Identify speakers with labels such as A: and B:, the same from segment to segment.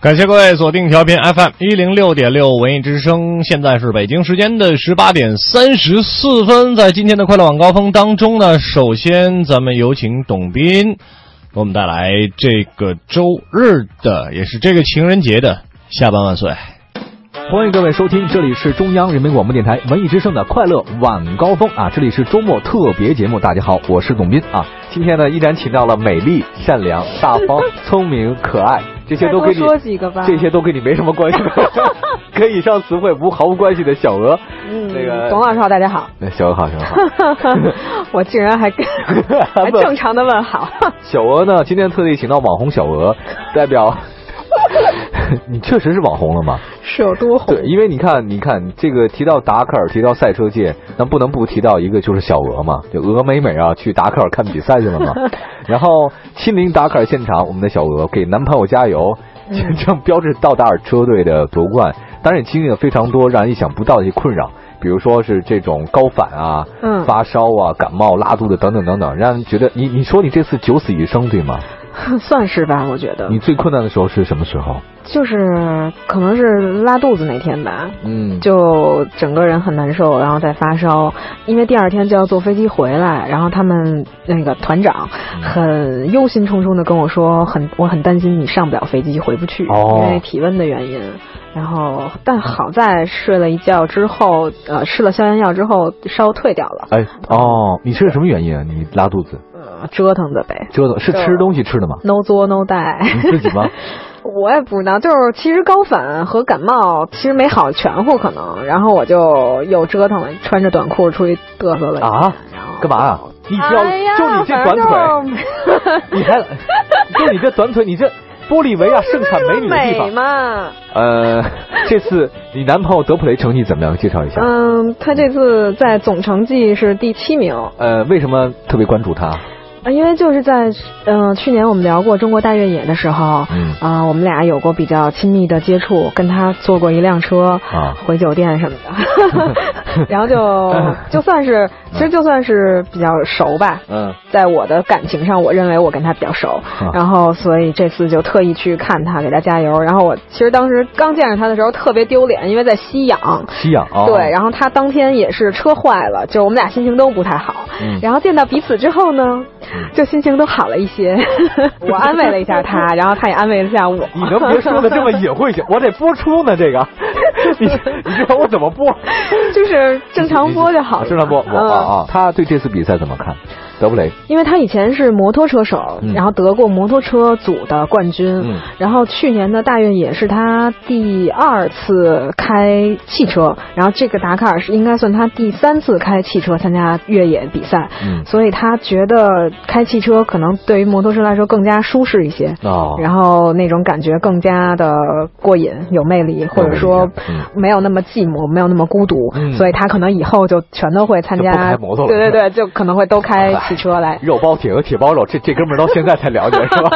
A: 感谢各位锁定调频 FM 一零六点六文艺之声，现在是北京时间的十八点三十四分。在今天的快乐晚高峰当中呢，首先咱们有请董斌给我们带来这个周日的，也是这个情人节的下班万岁。
B: 欢迎各位收听，这里是中央人民广播电台文艺之声的快乐晚高峰啊，这里是周末特别节目。大家好，我是董斌啊。今天呢，依然请到了美丽、善良、大 方、聪明、可爱，这些都跟你
C: 再多说几个吧
B: 这些都跟你没什么关 系的，跟以上词汇无毫无关系的小鹅。
C: 嗯，
B: 那个
C: 董老师好，大 家好。
B: 那小鹅好，小鹅 好。
C: 我竟然还跟 还正常的问好，
B: 小鹅呢，今天特地请到网红小鹅，代 表你确实是网红了吗？
C: 是有多红
B: 对，？因为你看，你看这个提到达喀尔，提到赛车界，那不能不提到一个就是小鹅嘛，就鹅美美啊，去达喀尔看比赛去了嘛。然后亲临达喀尔现场，我们的小鹅给男朋友加油，这这标志道达尔车队的夺冠。当然也经历了非常多让人意想不到的一些困扰，比如说是这种高反啊、
C: 嗯
B: 发烧啊、感冒、拉肚子等等等等，让人觉得你你说你这次九死一生对吗？
C: 算是吧，我觉得
B: 你最困难的时候是什么时候？
C: 就是可能是拉肚子那天吧，
B: 嗯，
C: 就整个人很难受，然后再发烧，因为第二天就要坐飞机回来，然后他们那个团长
B: 嗯
C: 很忧心忡忡的跟我说，很我很担心你上不了飞机回不去，
B: 哦
C: 因为体温的原因。然后，但好在睡了一觉之后，呃，吃了消炎药之后，烧退掉了，
B: 哎哦，你是什么原因啊？你拉肚子？
C: 呃折腾的呗
B: 折腾是吃东西吃 的吗？
C: ，no 作 no die。
B: 你自己吗？
C: 我也不知道，就是其实高反和感冒其实没好全乎可能，然后我就又折腾了，穿着短裤出去嘚瑟了一下
B: 啊
C: 然后
B: 干嘛啊？你要、
C: 哎呀
B: 就你这短腿， 你还就你这短腿，你这玻利维亚盛产美女的
C: 反
B: 地
C: 正
B: 方。
C: 美嘛，
B: 呃，这次你男朋友德普雷成绩怎么样？介绍一下。
C: 嗯，他这次在总成绩是第七名，
B: 呃，为什么特别关注他？
C: 啊因为就是在嗯、呃去年我们聊过中国大越野的时候，啊、
B: 嗯
C: 我们俩有过比较亲密的接触，跟他坐过一辆车，
B: 啊
C: 回酒店什么的， 然后就就算是其实就算是比较熟吧，
B: 嗯，
C: 在我的感情上，我认为我跟他比较熟，
B: 啊
C: 然后所以这次就特意去看他，给他加油。然后我其实当时刚见着他的时候特别丢脸，因为在吸氧。
B: 吸氧啊。
C: 对，然后他当天也是车坏了，就我们俩心情都不太好。
B: 嗯
C: 然后见到彼此之后呢，就心情都好了一些。 我安慰了一下他，然后他也安慰了一下我。
B: 你能别说的这么隐晦些？我得播出呢，这 个，你你知道我怎么播？
C: 就是正常播就好了。
B: 正常播，我
C: 嗯
B: 啊啊，他对这次比赛怎么看？德布雷，
C: 因为他以前是摩托车手，
B: 嗯
C: 然后得过摩托车组的冠军，
B: 嗯
C: 然后去年的大越野是他第二次开汽车，然后这个达喀尔是应该算他第三次开汽车参加越野比赛，
B: 嗯
C: 所以他觉得开汽车可能对于摩托车来说更加舒适一些。
B: 哦，
C: 然后那种感觉更加的过瘾、有魅力，或者说
B: 嗯
C: 没有那么寂寞、没有那么孤独，
B: 嗯
C: 所以他可能以后就全都会参
B: 就不
C: 加，
B: 开摩托了
C: 对对对，就可能会都开汽车来。
B: 肉包铁和铁包肉，这这哥们儿到现在才了解是 吧？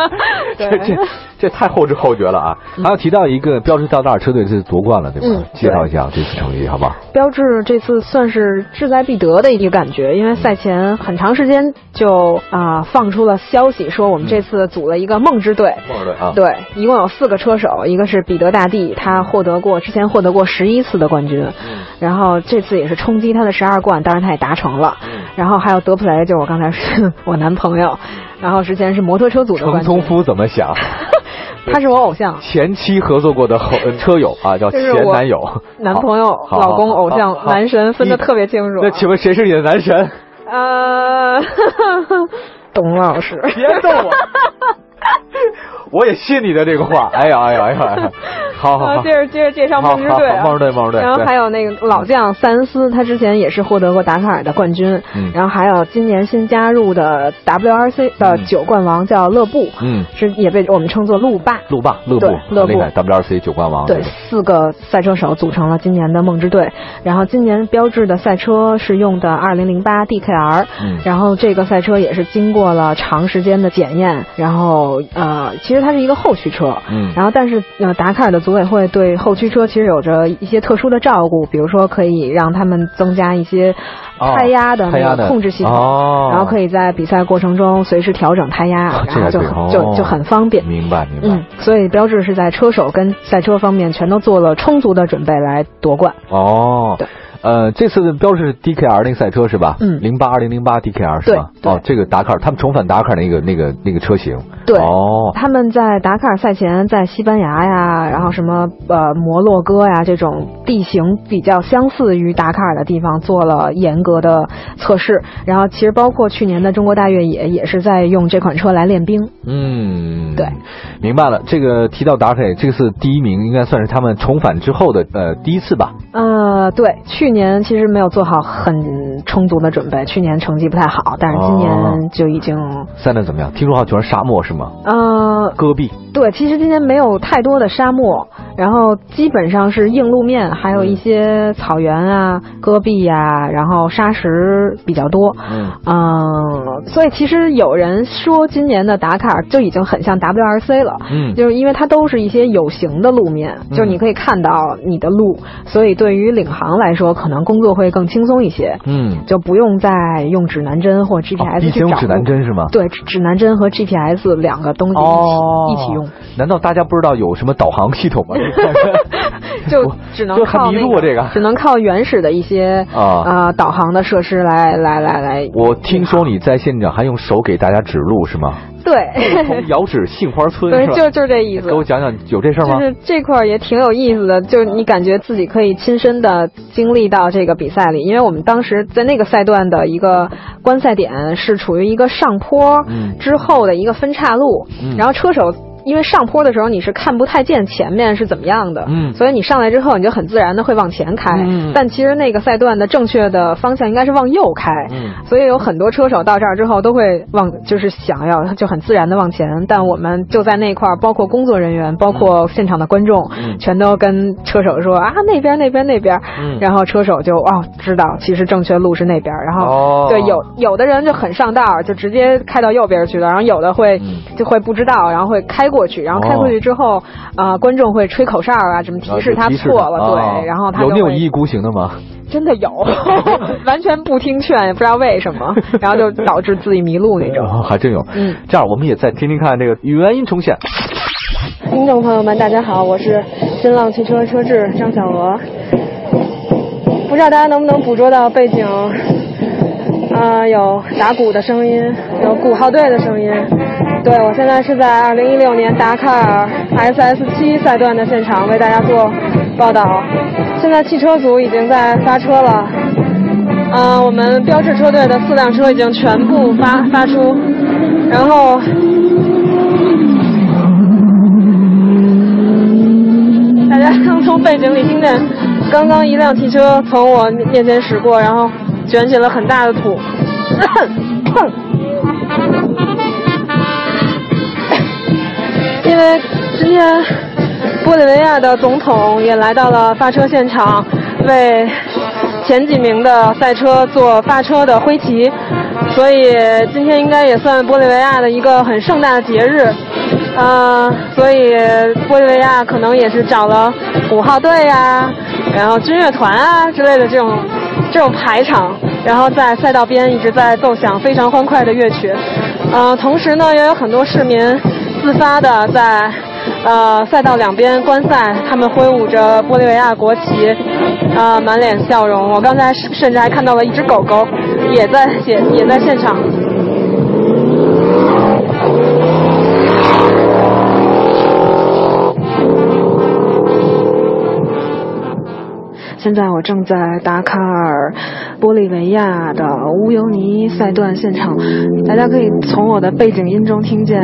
B: 这
C: 对
B: 这这太后知后觉了啊！还有提到一个标志到大车队这次夺冠了，对吧？
C: 嗯
B: 介绍一下这次成绩好不好？
C: 标志这次算是志在必得的一个感觉，因为赛前很长时间就啊、放出了消息说我们这次组了一个梦之队。
B: 梦队嗯啊，
C: 对，一共有四个车手，一个是彼得大帝，他获得过之前获得过十一次的冠军，然后这次也是冲击他的十二冠，当然他也达成了。然后还有德普雷，就是我刚才是我男朋友，然后之前是摩托车组的
B: 程
C: 冠
B: 聪
C: 军，
B: 夫怎么想？
C: 他是我偶像。
B: 前期合作过的后呃车友啊，叫
C: 这是
B: 前
C: 我
B: 男友、
C: 男朋友
B: 好好
C: 老公
B: 好
C: 偶像
B: 好好
C: 男神分得
B: 你
C: 特别清楚啊
B: 那请问谁是你的男神？
C: 呃，董老师，
B: 别逗 我，我也信你的这个话。哎呀哎呀哎呀！哎呀好好
C: 啊
B: 好
C: 接，着接着介绍
B: 好
C: 梦之队
B: 好
C: 啊，
B: 好梦之队梦之队
C: 然后
B: 对
C: 还有那个老将塞恩斯，他之前也是获得过达喀尔的冠军，
B: 嗯
C: 然后还有今年新加入的 WRC 的
B: 嗯
C: 呃九冠王叫勒布，
B: 嗯
C: 是也被我们称作路霸。
B: 路霸勒布
C: 对勒布
B: 那个 WRC 九冠王
C: 对，四个赛车手组成了今年的梦之队。然后今年标志的赛车是用的2008 DKR，、
B: 嗯
C: 然后这个赛车也是经过了长时间的检验，然后呃，其实它是一个后驱车，
B: 嗯
C: 然后但是呃，达喀尔的组委会对后驱车其实有着一些特殊的照顾，比如说可以让他们增加一些
B: 哦
C: 胎压的
B: 胎压
C: 那
B: 的
C: 个控制系统，
B: 哦
C: 然后可以在比赛过程中随时调整胎压，
B: 啊这
C: 然后
B: 还
C: 就
B: 可以
C: 很、
B: 哦
C: 就就很方便。
B: 明白明白。
C: 嗯，所以标志是在车手跟赛车方面全都做了充足的准备来夺冠。
B: 哦
C: 对，
B: 呃，这次的标志是 DKR 那个赛车是吧？
C: 嗯
B: 零八二零零八 DKR 是吧？
C: 对
B: 哦，这个达喀尔他们重返达喀尔那个那个那个车型。
C: 对
B: 哦，
C: 他们在达喀尔赛前，在西班牙呀，然后什么呃摩洛哥呀这种地形比较相似于达喀尔的地方做了严格的测试，然后其实包括去年的中国大越野也是在用这款车来练兵。
B: 嗯，
C: 对，
B: 明白了。这个提到达喀尔，这次第一名应该算是他们重返之后的呃第一次吧？
C: 呃，对，去年其实没有做好很充足的准备，去年成绩不太好，但是今
B: 哦
C: 年就已经、
B: 赛段怎么样？听说好像全是沙漠是吗？
C: 呃
B: 戈壁。
C: 对，其实今年没有太多的沙漠，然后基本上是硬路面，还有一些草原啊、戈壁呀、然后沙石比较多。
B: 嗯
C: 嗯，所以其实有人说今年的达喀尔就已经很像 WRC 了，
B: 嗯
C: 就是因为它都是一些有形的路面，就是你可以看到你的路，所以对于领航来说，可能工作会更轻松一些，
B: 嗯，
C: 就不用再用指南针或
B: 哦
C: GPS
B: 必
C: 去
B: 须用
C: 找
B: 指南
C: 路
B: 针是吗？哦
C: 对，指指南针和 GPS 两个东西一起、一起用，。
B: 难道大家不知道有什么导航系统 吗？
C: 就只能
B: 就还
C: 靠
B: 迷
C: 那
B: 路啊这个
C: 只能靠原始的一些
B: 啊
C: 呃导航的设施来来来来。
B: 我听说你在现场还用手给大家指路是吗？从
C: 对，
B: 遥指杏花村
C: 对
B: 是，吧？
C: 就就这意思
B: 给。我讲讲有这事儿吗？
C: 就是这块儿也挺有意思的，就是你感觉自己可以亲身的经历到这个比赛里，因为我们当时在那个赛段的一个观赛点是处于一个上坡
B: 嗯
C: 之后的一个分岔路，
B: 嗯
C: 然后车手。因为上坡的时候你是看不太见前面是怎么样的，
B: 嗯
C: 所以你上来之后你就很自然的会往前开，
B: 嗯
C: 但其实那个赛段的正确的方向应该是往右开，
B: 嗯
C: 所以有很多车手到这儿之后都会往，就是想要就很自然的往前，但我们就在那块儿，包括工作人员，包括现场的观众，
B: 嗯
C: 全都跟车手说啊那边那边那边，
B: 嗯
C: 然后车手就哦知道，其实正确路是那边，然后、
B: 哦
C: 对有有的人就很上道，就直接开到右边去了，然后有的会、
B: 嗯哦
C: 就会不知道，然后会开过去，然后开过去之后，啊、观众会吹口哨啊，什么提示他错了，对，
B: 啊
C: 然后他就
B: 有那种
C: 会
B: 一意孤行的吗？
C: 真的 有，完全不听劝，也不知道为什 么，然后就导致自己迷路那种。
B: 哦， 还真有。
C: 嗯，
B: 这样我们也再听听看这个原音重现。
C: 听众朋友们，大家好，我是新浪汽车车志张小娥。不知道大家能不能捕捉到背景？啊、有打鼓的声音，有鼓号队的声音。对我现在是在2016年达喀尔 SS 7赛段的现场为大家做报道。现在汽车组已经在发车了。啊、我们标志车队的四辆车已经全部发发出，然后大家能从背景里听见，刚刚一辆汽车从我面前驶过，然后卷起了很大的土。因为今天玻利维亚的总统也来到了发车现场，为前几名的赛车做发车的挥旗，所以今天应该也算玻利维亚的一个很盛大的节日。呃，所以玻利维亚可能也是找了五号队呀、然后军乐团啊之类的这种这种排场，然后在赛道边一直在奏响非常欢快的乐曲。呃，同时呢，也有很多市民自发的在呃赛道两边观赛，他们挥舞着玻利维亚国旗，啊、满脸笑容。我刚才甚甚至还看到了一只狗狗，也在也也在现场。现在我正在达喀尔玻利维亚的乌尤尼赛段现场，大家可以从我的背景音中听见，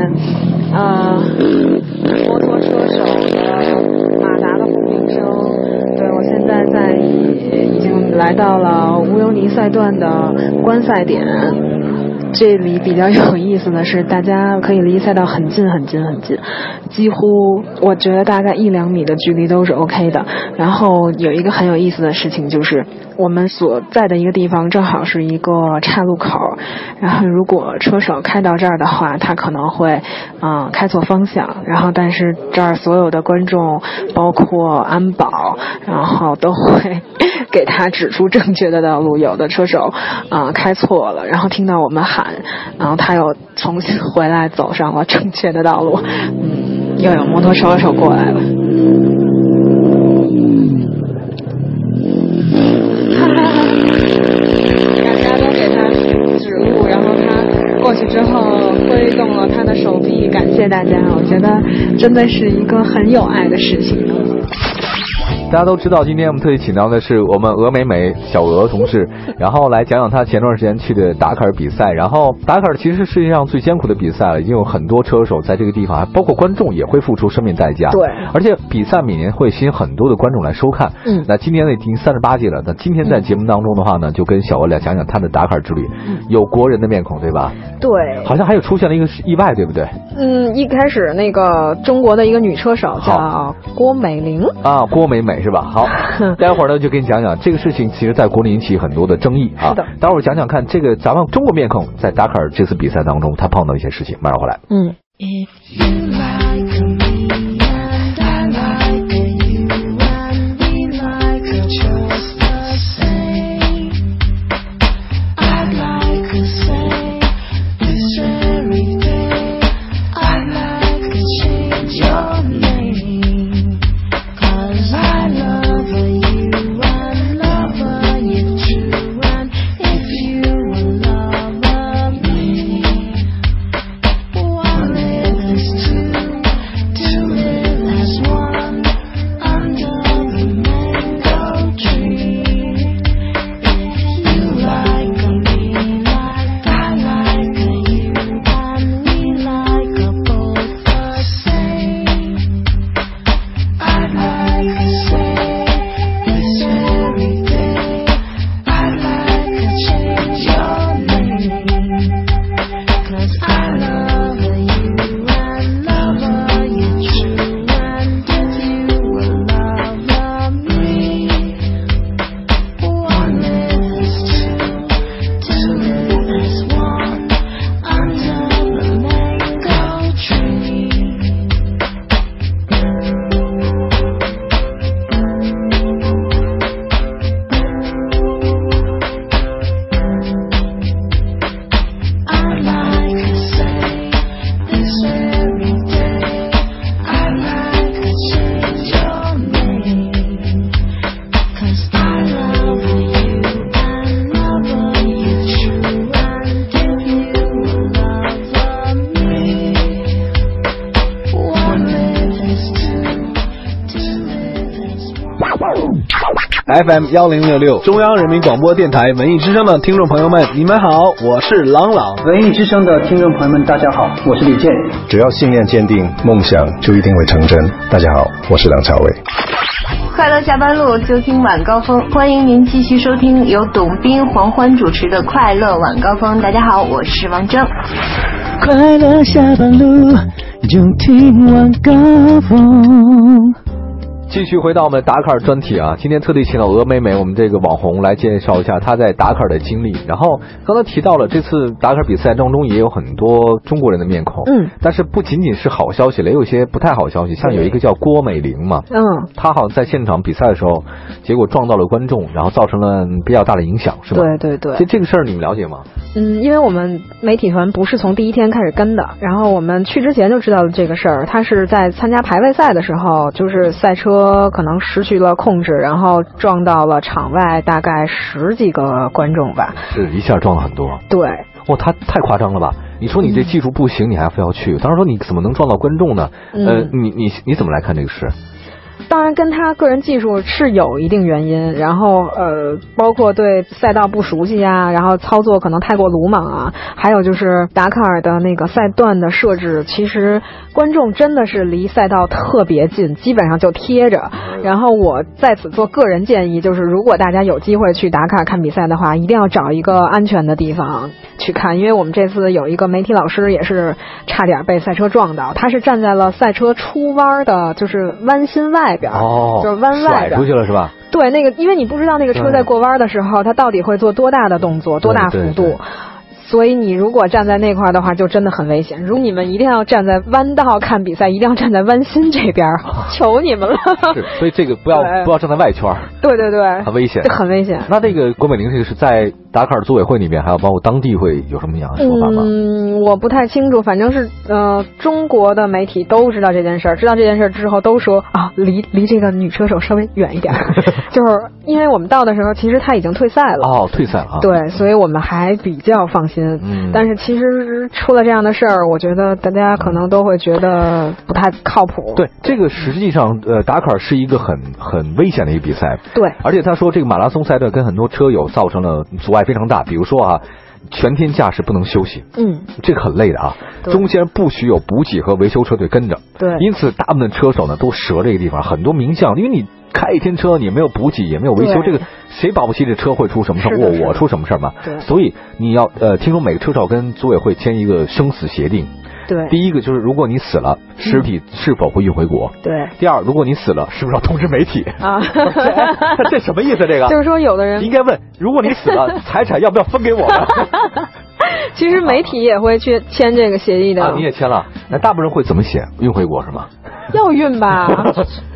C: 呃，摩托车手的马达的轰鸣声。对我现在在已经来到了乌尤尼赛段的观赛点。这里比较有意思的是，大家可以离赛道很近很近很近，几乎我觉得大概一两米的距离都是 OK 的。然后有一个很有意思的事情就是，我们所在的一个地方正好是一个岔路口，然后如果车手开到这儿的话，他可能会嗯、呃开错方向，然后但是这儿所有的观众，包括安保，然后都会给他指出正确的道路。有的车手啊、呃开错了，然后听到我们喊，然后他又重新回来走上了正确的道路。嗯，又有摩托车手过来了。哈哈哈！大家都给他指路，然后他过去之后挥动了他的手臂，感谢大家，啊我觉得真的是一个很有爱的事情。
B: 大家都知道，今天我们特意请到的是我们鹅美美小鹅同 事，然后来讲讲她前段时间去的达喀尔比赛。然后达喀尔其实世界上最艰苦的比赛了，已经有很多车手在这个地方，包括观众也会付出生命代价。
C: 对
B: 而且比赛每年会吸引很多的观众来收看。
C: 嗯
B: 那今年呢已经三十八届了，那今天在节目当中的话呢，就跟小鹅俩讲讲她的达喀尔之旅，
C: 嗯
B: 有国人的面孔对吧？
C: 对
B: 好像还有出现了一个意外，对不对？
C: 嗯，一开始那个中国的一个女车手
B: 好
C: 叫郭美玲，
B: 啊，郭美美是吧？ 好，待会儿呢就给你讲讲这个事情，其实在国内引起很多的争议啊。
C: 是的
B: 待会儿讲讲看这个咱们中国面孔在达喀尔这次比赛当中，他碰到一些事情，马上回来。
C: 嗯，
D: If you like me and I like you and we like just the same, I'd like to say this very day I'd like to change your name, 'cause I love you and love you too, and if you love me. One live as two, two live as one, under the mango tree. If you like a me like I like a you, and we like a both the same. I'd like to say this every day. I'd like to change your name. Cause I love you and love you true and if you will love me One is two, two is one under the mango tree I'd like to say this very day. I'd like to change your name. 'Cause I love you and love you true, and if you love me, one is two, two is one.
E: FM 幺零六六，中央人民广播电台文艺之声的听众朋友们，你们好，我是朗朗。
F: 文艺之声的听众朋友们，大家好，我是李健。
G: 只要信念坚定，梦想就一定会成真。大家好，我是梁朝伟。
H: 快乐下班路，就听晚高峰。欢迎您继续收听由董斌、黄欢主持的《快乐晚高峰》。大家好，我是王铮。
D: 快乐下班路，就听晚高峰。
B: 继续回到我们达喀尔专题啊，今天特地请到鹅美美，我们这个网红来介绍一下她在达喀尔的经历。然后刚才提到了这次达喀尔比赛当中也有很多中国人的面孔，
C: 嗯，
B: 但是不仅仅是好消息了，也有一些不太好消息，像有一个叫郭美玲嘛，
C: 嗯，
B: 她好像在现场比赛的时候，结果撞到了观众，然后造成了比较大的影响，是吗？
C: 对对对
B: 这，这个事儿你们了解吗？
C: 嗯，因为我们媒体团不是从第一天开始跟的，然后我们去之前就知道了这个事儿。他是在参加排位赛的时候，就是赛车可能失去了控制，然后撞到了场外大概十几个观众吧。
B: 是一下撞了很多，
C: 对，
B: 哇，他太夸张了吧？你说你这技术不行，你还非要去？当时说你怎么能撞到观众呢？呃，
C: 嗯
B: 你你你怎么来看这个事？
C: 当然跟他个人技术是有一定原因，然后呃，包括对赛道不熟悉啊，然后操作可能太过鲁莽啊，还有就是达喀尔的那个赛段的
B: 嗯
C: 设置，其实观众真的是离赛道特别近，基本上就贴着，然后我在此做个人建议，就是如果大家有机会去打卡看比赛的话，一定要找一个安全的地方去看，因为我们这次有一个媒体老师也是差点被赛车撞到，他是站在了赛车出弯的，就是弯心外边，
B: 哦，
C: 就是弯外
B: 甩
C: 边
B: 出。去了是吧？
C: 对，那个因为你不知道那个车在过弯的时候，它到底会做多大的动作，多大幅
B: 对对
C: 度。所以你如果站在那块儿的话，就真的很危险。如你们一定要站在弯道看比赛，一定要站在弯心这边 儿，求你们了。
B: 是，所以这个不要
C: 对
B: 不要站在外圈儿，
C: 对对对，
B: 很危险啊
C: 这。很危险。
B: 那这个郭美玲这个是在达喀尔组委会里面，还有包括当地会有什么样的说法吗？
C: 嗯，我不太清楚，反正是呃，中国的媒体都知道这件事儿，知道这件事儿之后都说啊，离离这个女车手稍微远一 点儿，就是因为我们到的时候，其实她已经退赛了。
B: 哦，退赛了啊。
C: 对，所以我们还比较放心。
B: 嗯
C: 但是其实出了这样的事儿，我觉得大家可能都会觉得不太靠谱。
B: 对，这个实际上，呃，达喀尔是一个很很危险的一个比赛，
C: 对
B: 而且他说这个马拉松赛段跟很多车友造成了阻碍非常大，比如说啊，全天驾驶不能休息，
C: 嗯，
B: 这个很累的啊，
C: 对
B: 中间不许有补给和维修车队跟着，
C: 对
B: 因此大部分车手呢都折这个地方，很多名将，因为你开一天车，你没有补给，也没有维修，
C: 对
B: 这个谁保不齐这车会出什么事儿？
C: 是的是
B: 我
C: 的
B: 我出什么事儿嘛？
C: 对
B: 所以你要呃，听说每个车手跟组委会签一个生死协定，
C: 对嗯
B: 第一个就是如果你死了，尸体是否会运回国？
C: 对
B: 第二，如果你死了，是不是要通知媒体？
C: 啊，
B: 哎 这什么意思？这个
C: 就是说有的
B: 应
C: 人
B: 该问，如果你死了，财产要不要分给 我们？
C: 其实媒体也会去签这个协议的，
B: 啊，你也签了，那大部分人会怎么写？运回国是吗？
C: 嗯要 运吧，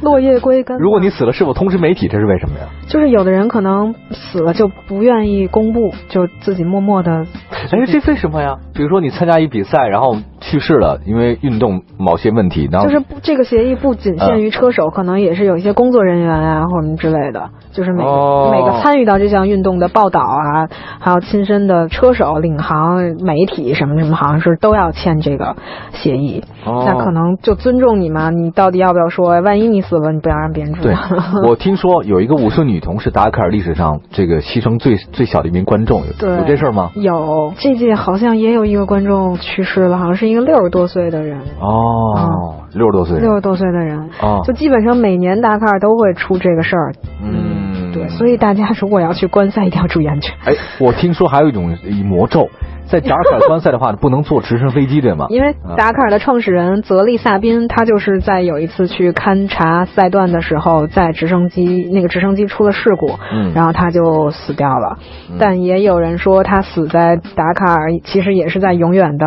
C: 落叶归根吧。
B: 如果你死了，是否通知媒体？这是为什么呀？
C: 就是有的人可能死了就不愿意公布，就自己默默的，
B: 哎，这为什么呀？比如说你参加一比赛，然后去世了，因为运动某些问题，然后嗯
C: 就是不这个协议不仅限于车手，可能也是有一些工作人员啊或者什么之类的，就是每、
B: 哦
C: 每个参与到这项运动的报道啊，还有亲身的车手、领航、媒体什么什么，好像是都要签这个协议。
B: 哦
C: 那可能就尊重你嘛，你到底要不要说？万一你死了，你不要让别人知
B: 对
C: 道。
B: 我听说有一个五岁女童是达喀尔历史上这个牺牲最最小的一名观众，有
C: 对
B: 有这事儿吗？
C: 有这届好像也有一个观众去世了，好像是一个六十多岁的人，嗯
B: 哦，六十多岁，
C: 六十多岁的人，
B: 哦
C: 就基本上每年达喀尔都会出这个事儿。
B: 嗯
C: 对，所以大家如果要去观赛，一定要注意安全，
B: 哎，我听说还有一种魔咒，在达喀尔观赛的话，不能坐直升飞机，对吗？
C: 因为
B: 啊
C: 达喀尔的创始人泽利萨宾，他就是在有一次去勘察赛段的时候，在直升机那个直升机出了事故，
B: 嗯
C: 然后他就死掉了。但也有人说，他死在达喀尔，其实也是在永远的。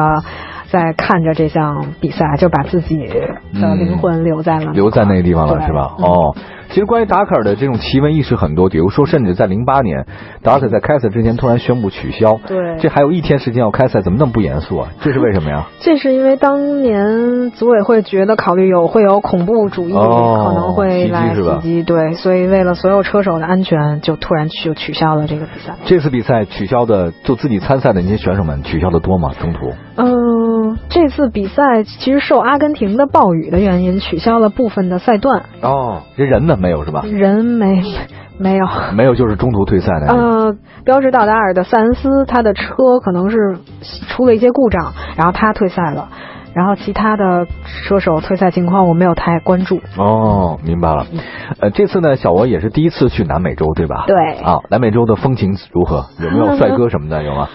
C: 在看着这项比赛，就把自己的
B: 嗯
C: 灵魂留在了、
B: 留在那个地方了，
C: 对
B: 是吧？
C: 嗯
B: 哦，其实关于达喀尔的这种奇闻异事很多，比如说，甚至在零八年，达喀尔在开赛之前突然宣布取消，
C: 对
B: 这还有一天时间要开赛，怎么那么不严肃啊？这是为什么 呀？
C: 这是因为当年组委会觉得考虑有会有恐怖主义、
B: 哦
C: 可能会
B: 袭
C: 来
B: 击是吧
C: 袭击，对，所以为了所有车手的安全，就突然取取消了这个比赛。
B: 这次比赛取消的，就自己参赛的那些选手们取消的多吗？中途？
C: 嗯，这次比赛其实受阿根廷的暴雨的原因，取消了部分的赛段，
B: 哦，这人呢没有是吧？
C: 人没 没有。
B: 没有，就是中途退赛的。
C: 呃，标志到达尔的塞恩斯，他的车可能是出了一些故障，然后他退赛了，然后其他的车手退赛情况我没有太关注。
B: 哦，明白了。呃，这次呢，小王也是第一次去南美洲，对吧？
C: 对
B: 啊，南美洲的风情如何？有没有帅哥什么的？有吗？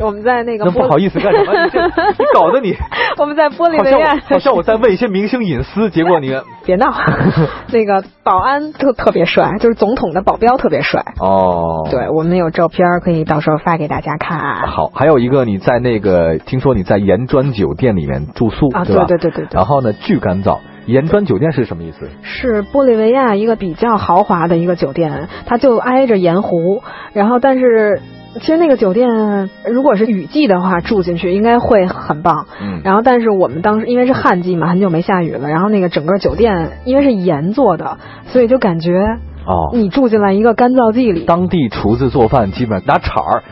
C: 我们 在那个
B: 那不
C: 波
B: 好意思干什么？你这你搞 得你
C: 我们在玻璃
B: 好
C: 维
B: 像
C: 亚
B: 我，好像我在问一些明星隐私，结果你
C: 别 闹，那个保安特特别帅，就是总统的保镖特别帅。
B: 哦，
C: 对，。我们有照片儿可以到时候发给大家看啊。
B: 好，还有一个你在那个，听说你在盐砖酒店里面住宿，吧？
C: 啊对对对对对
B: 然后呢，巨干燥。盐砖酒店是什么意思？
C: 是玻利维亚一个比较豪华的一个酒店，它就挨着盐湖，然后但是。其实那个酒店，如果是雨季的话，住进去应该会很棒。
B: 嗯
C: 然后，但是我们当时因为是旱季嘛，很久没下雨了，然后那个整个酒店因为是盐做的，所以就感觉
B: 哦，
C: 你住进来一个干燥季里，
B: 当地厨子做饭基本上拿铲 儿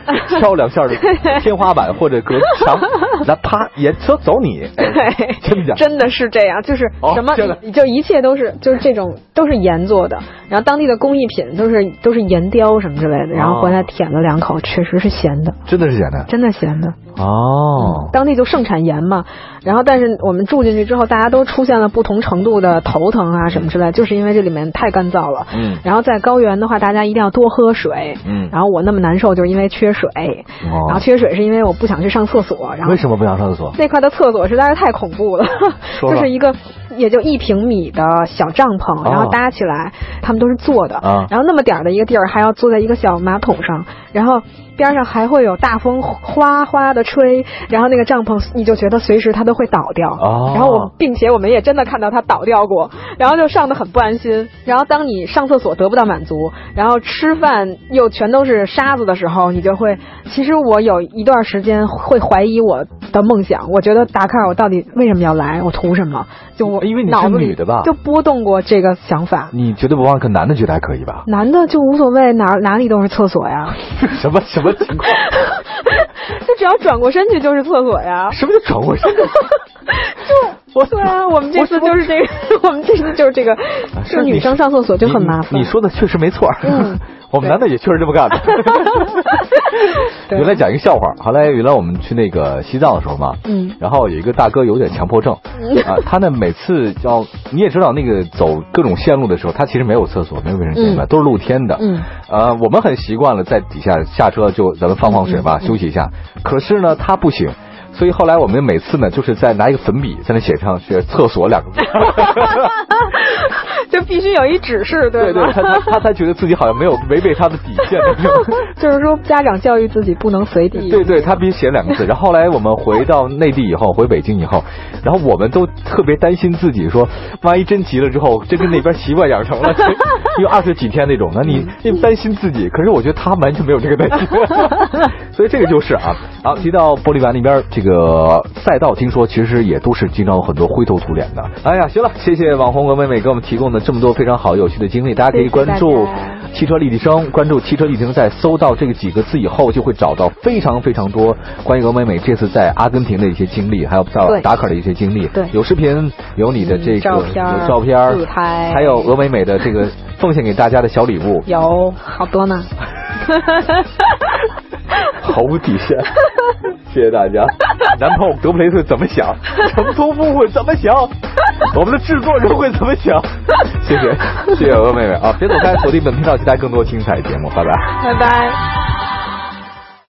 B: 敲两下儿的天花板或者隔墙，那啪也车走你，哎
C: 对，
B: 真的假的？
C: 真的是这样，就是
B: 哦
C: 什么
B: 这个
C: 你就一切都是就是这种都是盐做的，然后当地的工艺品都是都是盐雕什么之
B: 哦
C: 类的，然后回来舔了两口，确实是咸的，
B: 真的是咸的
C: 真的咸的。
B: 哦。
C: 当地就盛产盐嘛，然后但是我们住进去之后，大家都出现了不同程度的头疼啊什么之类，就是因为这里面太干燥了。
B: 嗯
C: 然后在高原的话，大家一定要多喝水。
B: 嗯
C: 然后我那么难受，就是因为缺水。然后
B: 哦，
C: 缺水是因为我不想去上厕所。然后
B: 为什么不想上厕所？
C: 那块的厕所实在是太恐怖了，
B: 说吧
C: 就是一个也就一平米的小帐篷，
B: 哦
C: 然后搭起来，他们都是坐的，
B: 啊
C: 然后那么点儿的一个地儿，还要坐在一个小马桶上，然后边上还会有大风哗哗的吹，然后那个帐篷你就觉得随时它都会倒掉，
B: 哦
C: 然后我并且我们也真的看到它倒掉过，然后就上的很不安心，然后当你上厕所得不到满足，然后吃饭又全都是沙子的时候，你就会，其实我有一段时间会怀疑我的梦想，我觉得达喀尔我到底为什么要来，我图什么？就我
B: 哎因为你是
C: 脑子里
B: 女的吧
C: 就波动过这个想法。
B: 你绝对不忘，可男的觉得还可以 吧？
C: 男的就无所谓，哪儿哪里都是厕所呀，
B: 什么什么情况？
C: 就只要转过身去就是厕所呀。
B: 什么叫转过身？
C: 就对啊，我们这次就是这个，我们这次就是这个， 就是女生上厕所就很麻烦。
B: 你你 说的确实没错，嗯、 我们男的也确实这么干的。
C: 对啊
B: 原来讲一个笑话，后来原来我们去那个西藏的时候嘛，
C: 嗯，
B: 然后有一个大哥有点强迫症，啊，他呢每次要你也知道那个走各种线路的时候，他其实没有厕所，没有卫生间的，
C: 嗯
B: 都是露天的，
C: 嗯，
B: 呃，我们很习惯了在底下下车就咱们放放水吧，休息一下，
C: 嗯
B: 可是呢他不行。所以后来我们每次呢，就是在拿一个粉笔在那写上“写厕所”两个 字，
C: 就必须有一指示，
B: 对
C: 吗？
B: 对，他他他才觉得自己好像没有违背他的底 线。
C: 就是说，家长教育自己不能随地。
B: 对对，他必须写两个 字。然后后来我们回到内地以后，回北京以后，然后我们都特别担心自己说，万一真急了之后，真跟那边习惯养成 了，因为二十几天那种的，你你担心自己。可是我觉得他完全没有这个担心，所以这个就是啊。然后提到玻利维亚那边这个赛道，听说其实也都是经常有很多灰头土脸的。哎呀，行了，谢谢网红和妹妹给我们提供的这么多非常好有趣的经历，大家可以
C: 谢谢
B: 关注
C: 大家
B: 汽车立体声，关注汽车立体声，在搜到这个几个字以后，就会找到非常非常多关于峨眉美这次在阿根廷的一些经历，还有到
C: 对
B: 达喀尔的一些经历，
C: 对
B: 有视频，有你的这个
C: 嗯照片儿
B: 有照片儿
C: 自拍
B: 还有峨眉美的这个奉献给大家的小礼物，
C: 有好多 呢。
B: 毫无底线，谢谢 大家。男朋友德布雷会怎么想？成都部会怎么想？我们的制作人会怎么想？谢谢，谢谢峨妹妹啊！别走开，锁定本频道，期待更多精彩节目，拜拜。
C: 拜拜。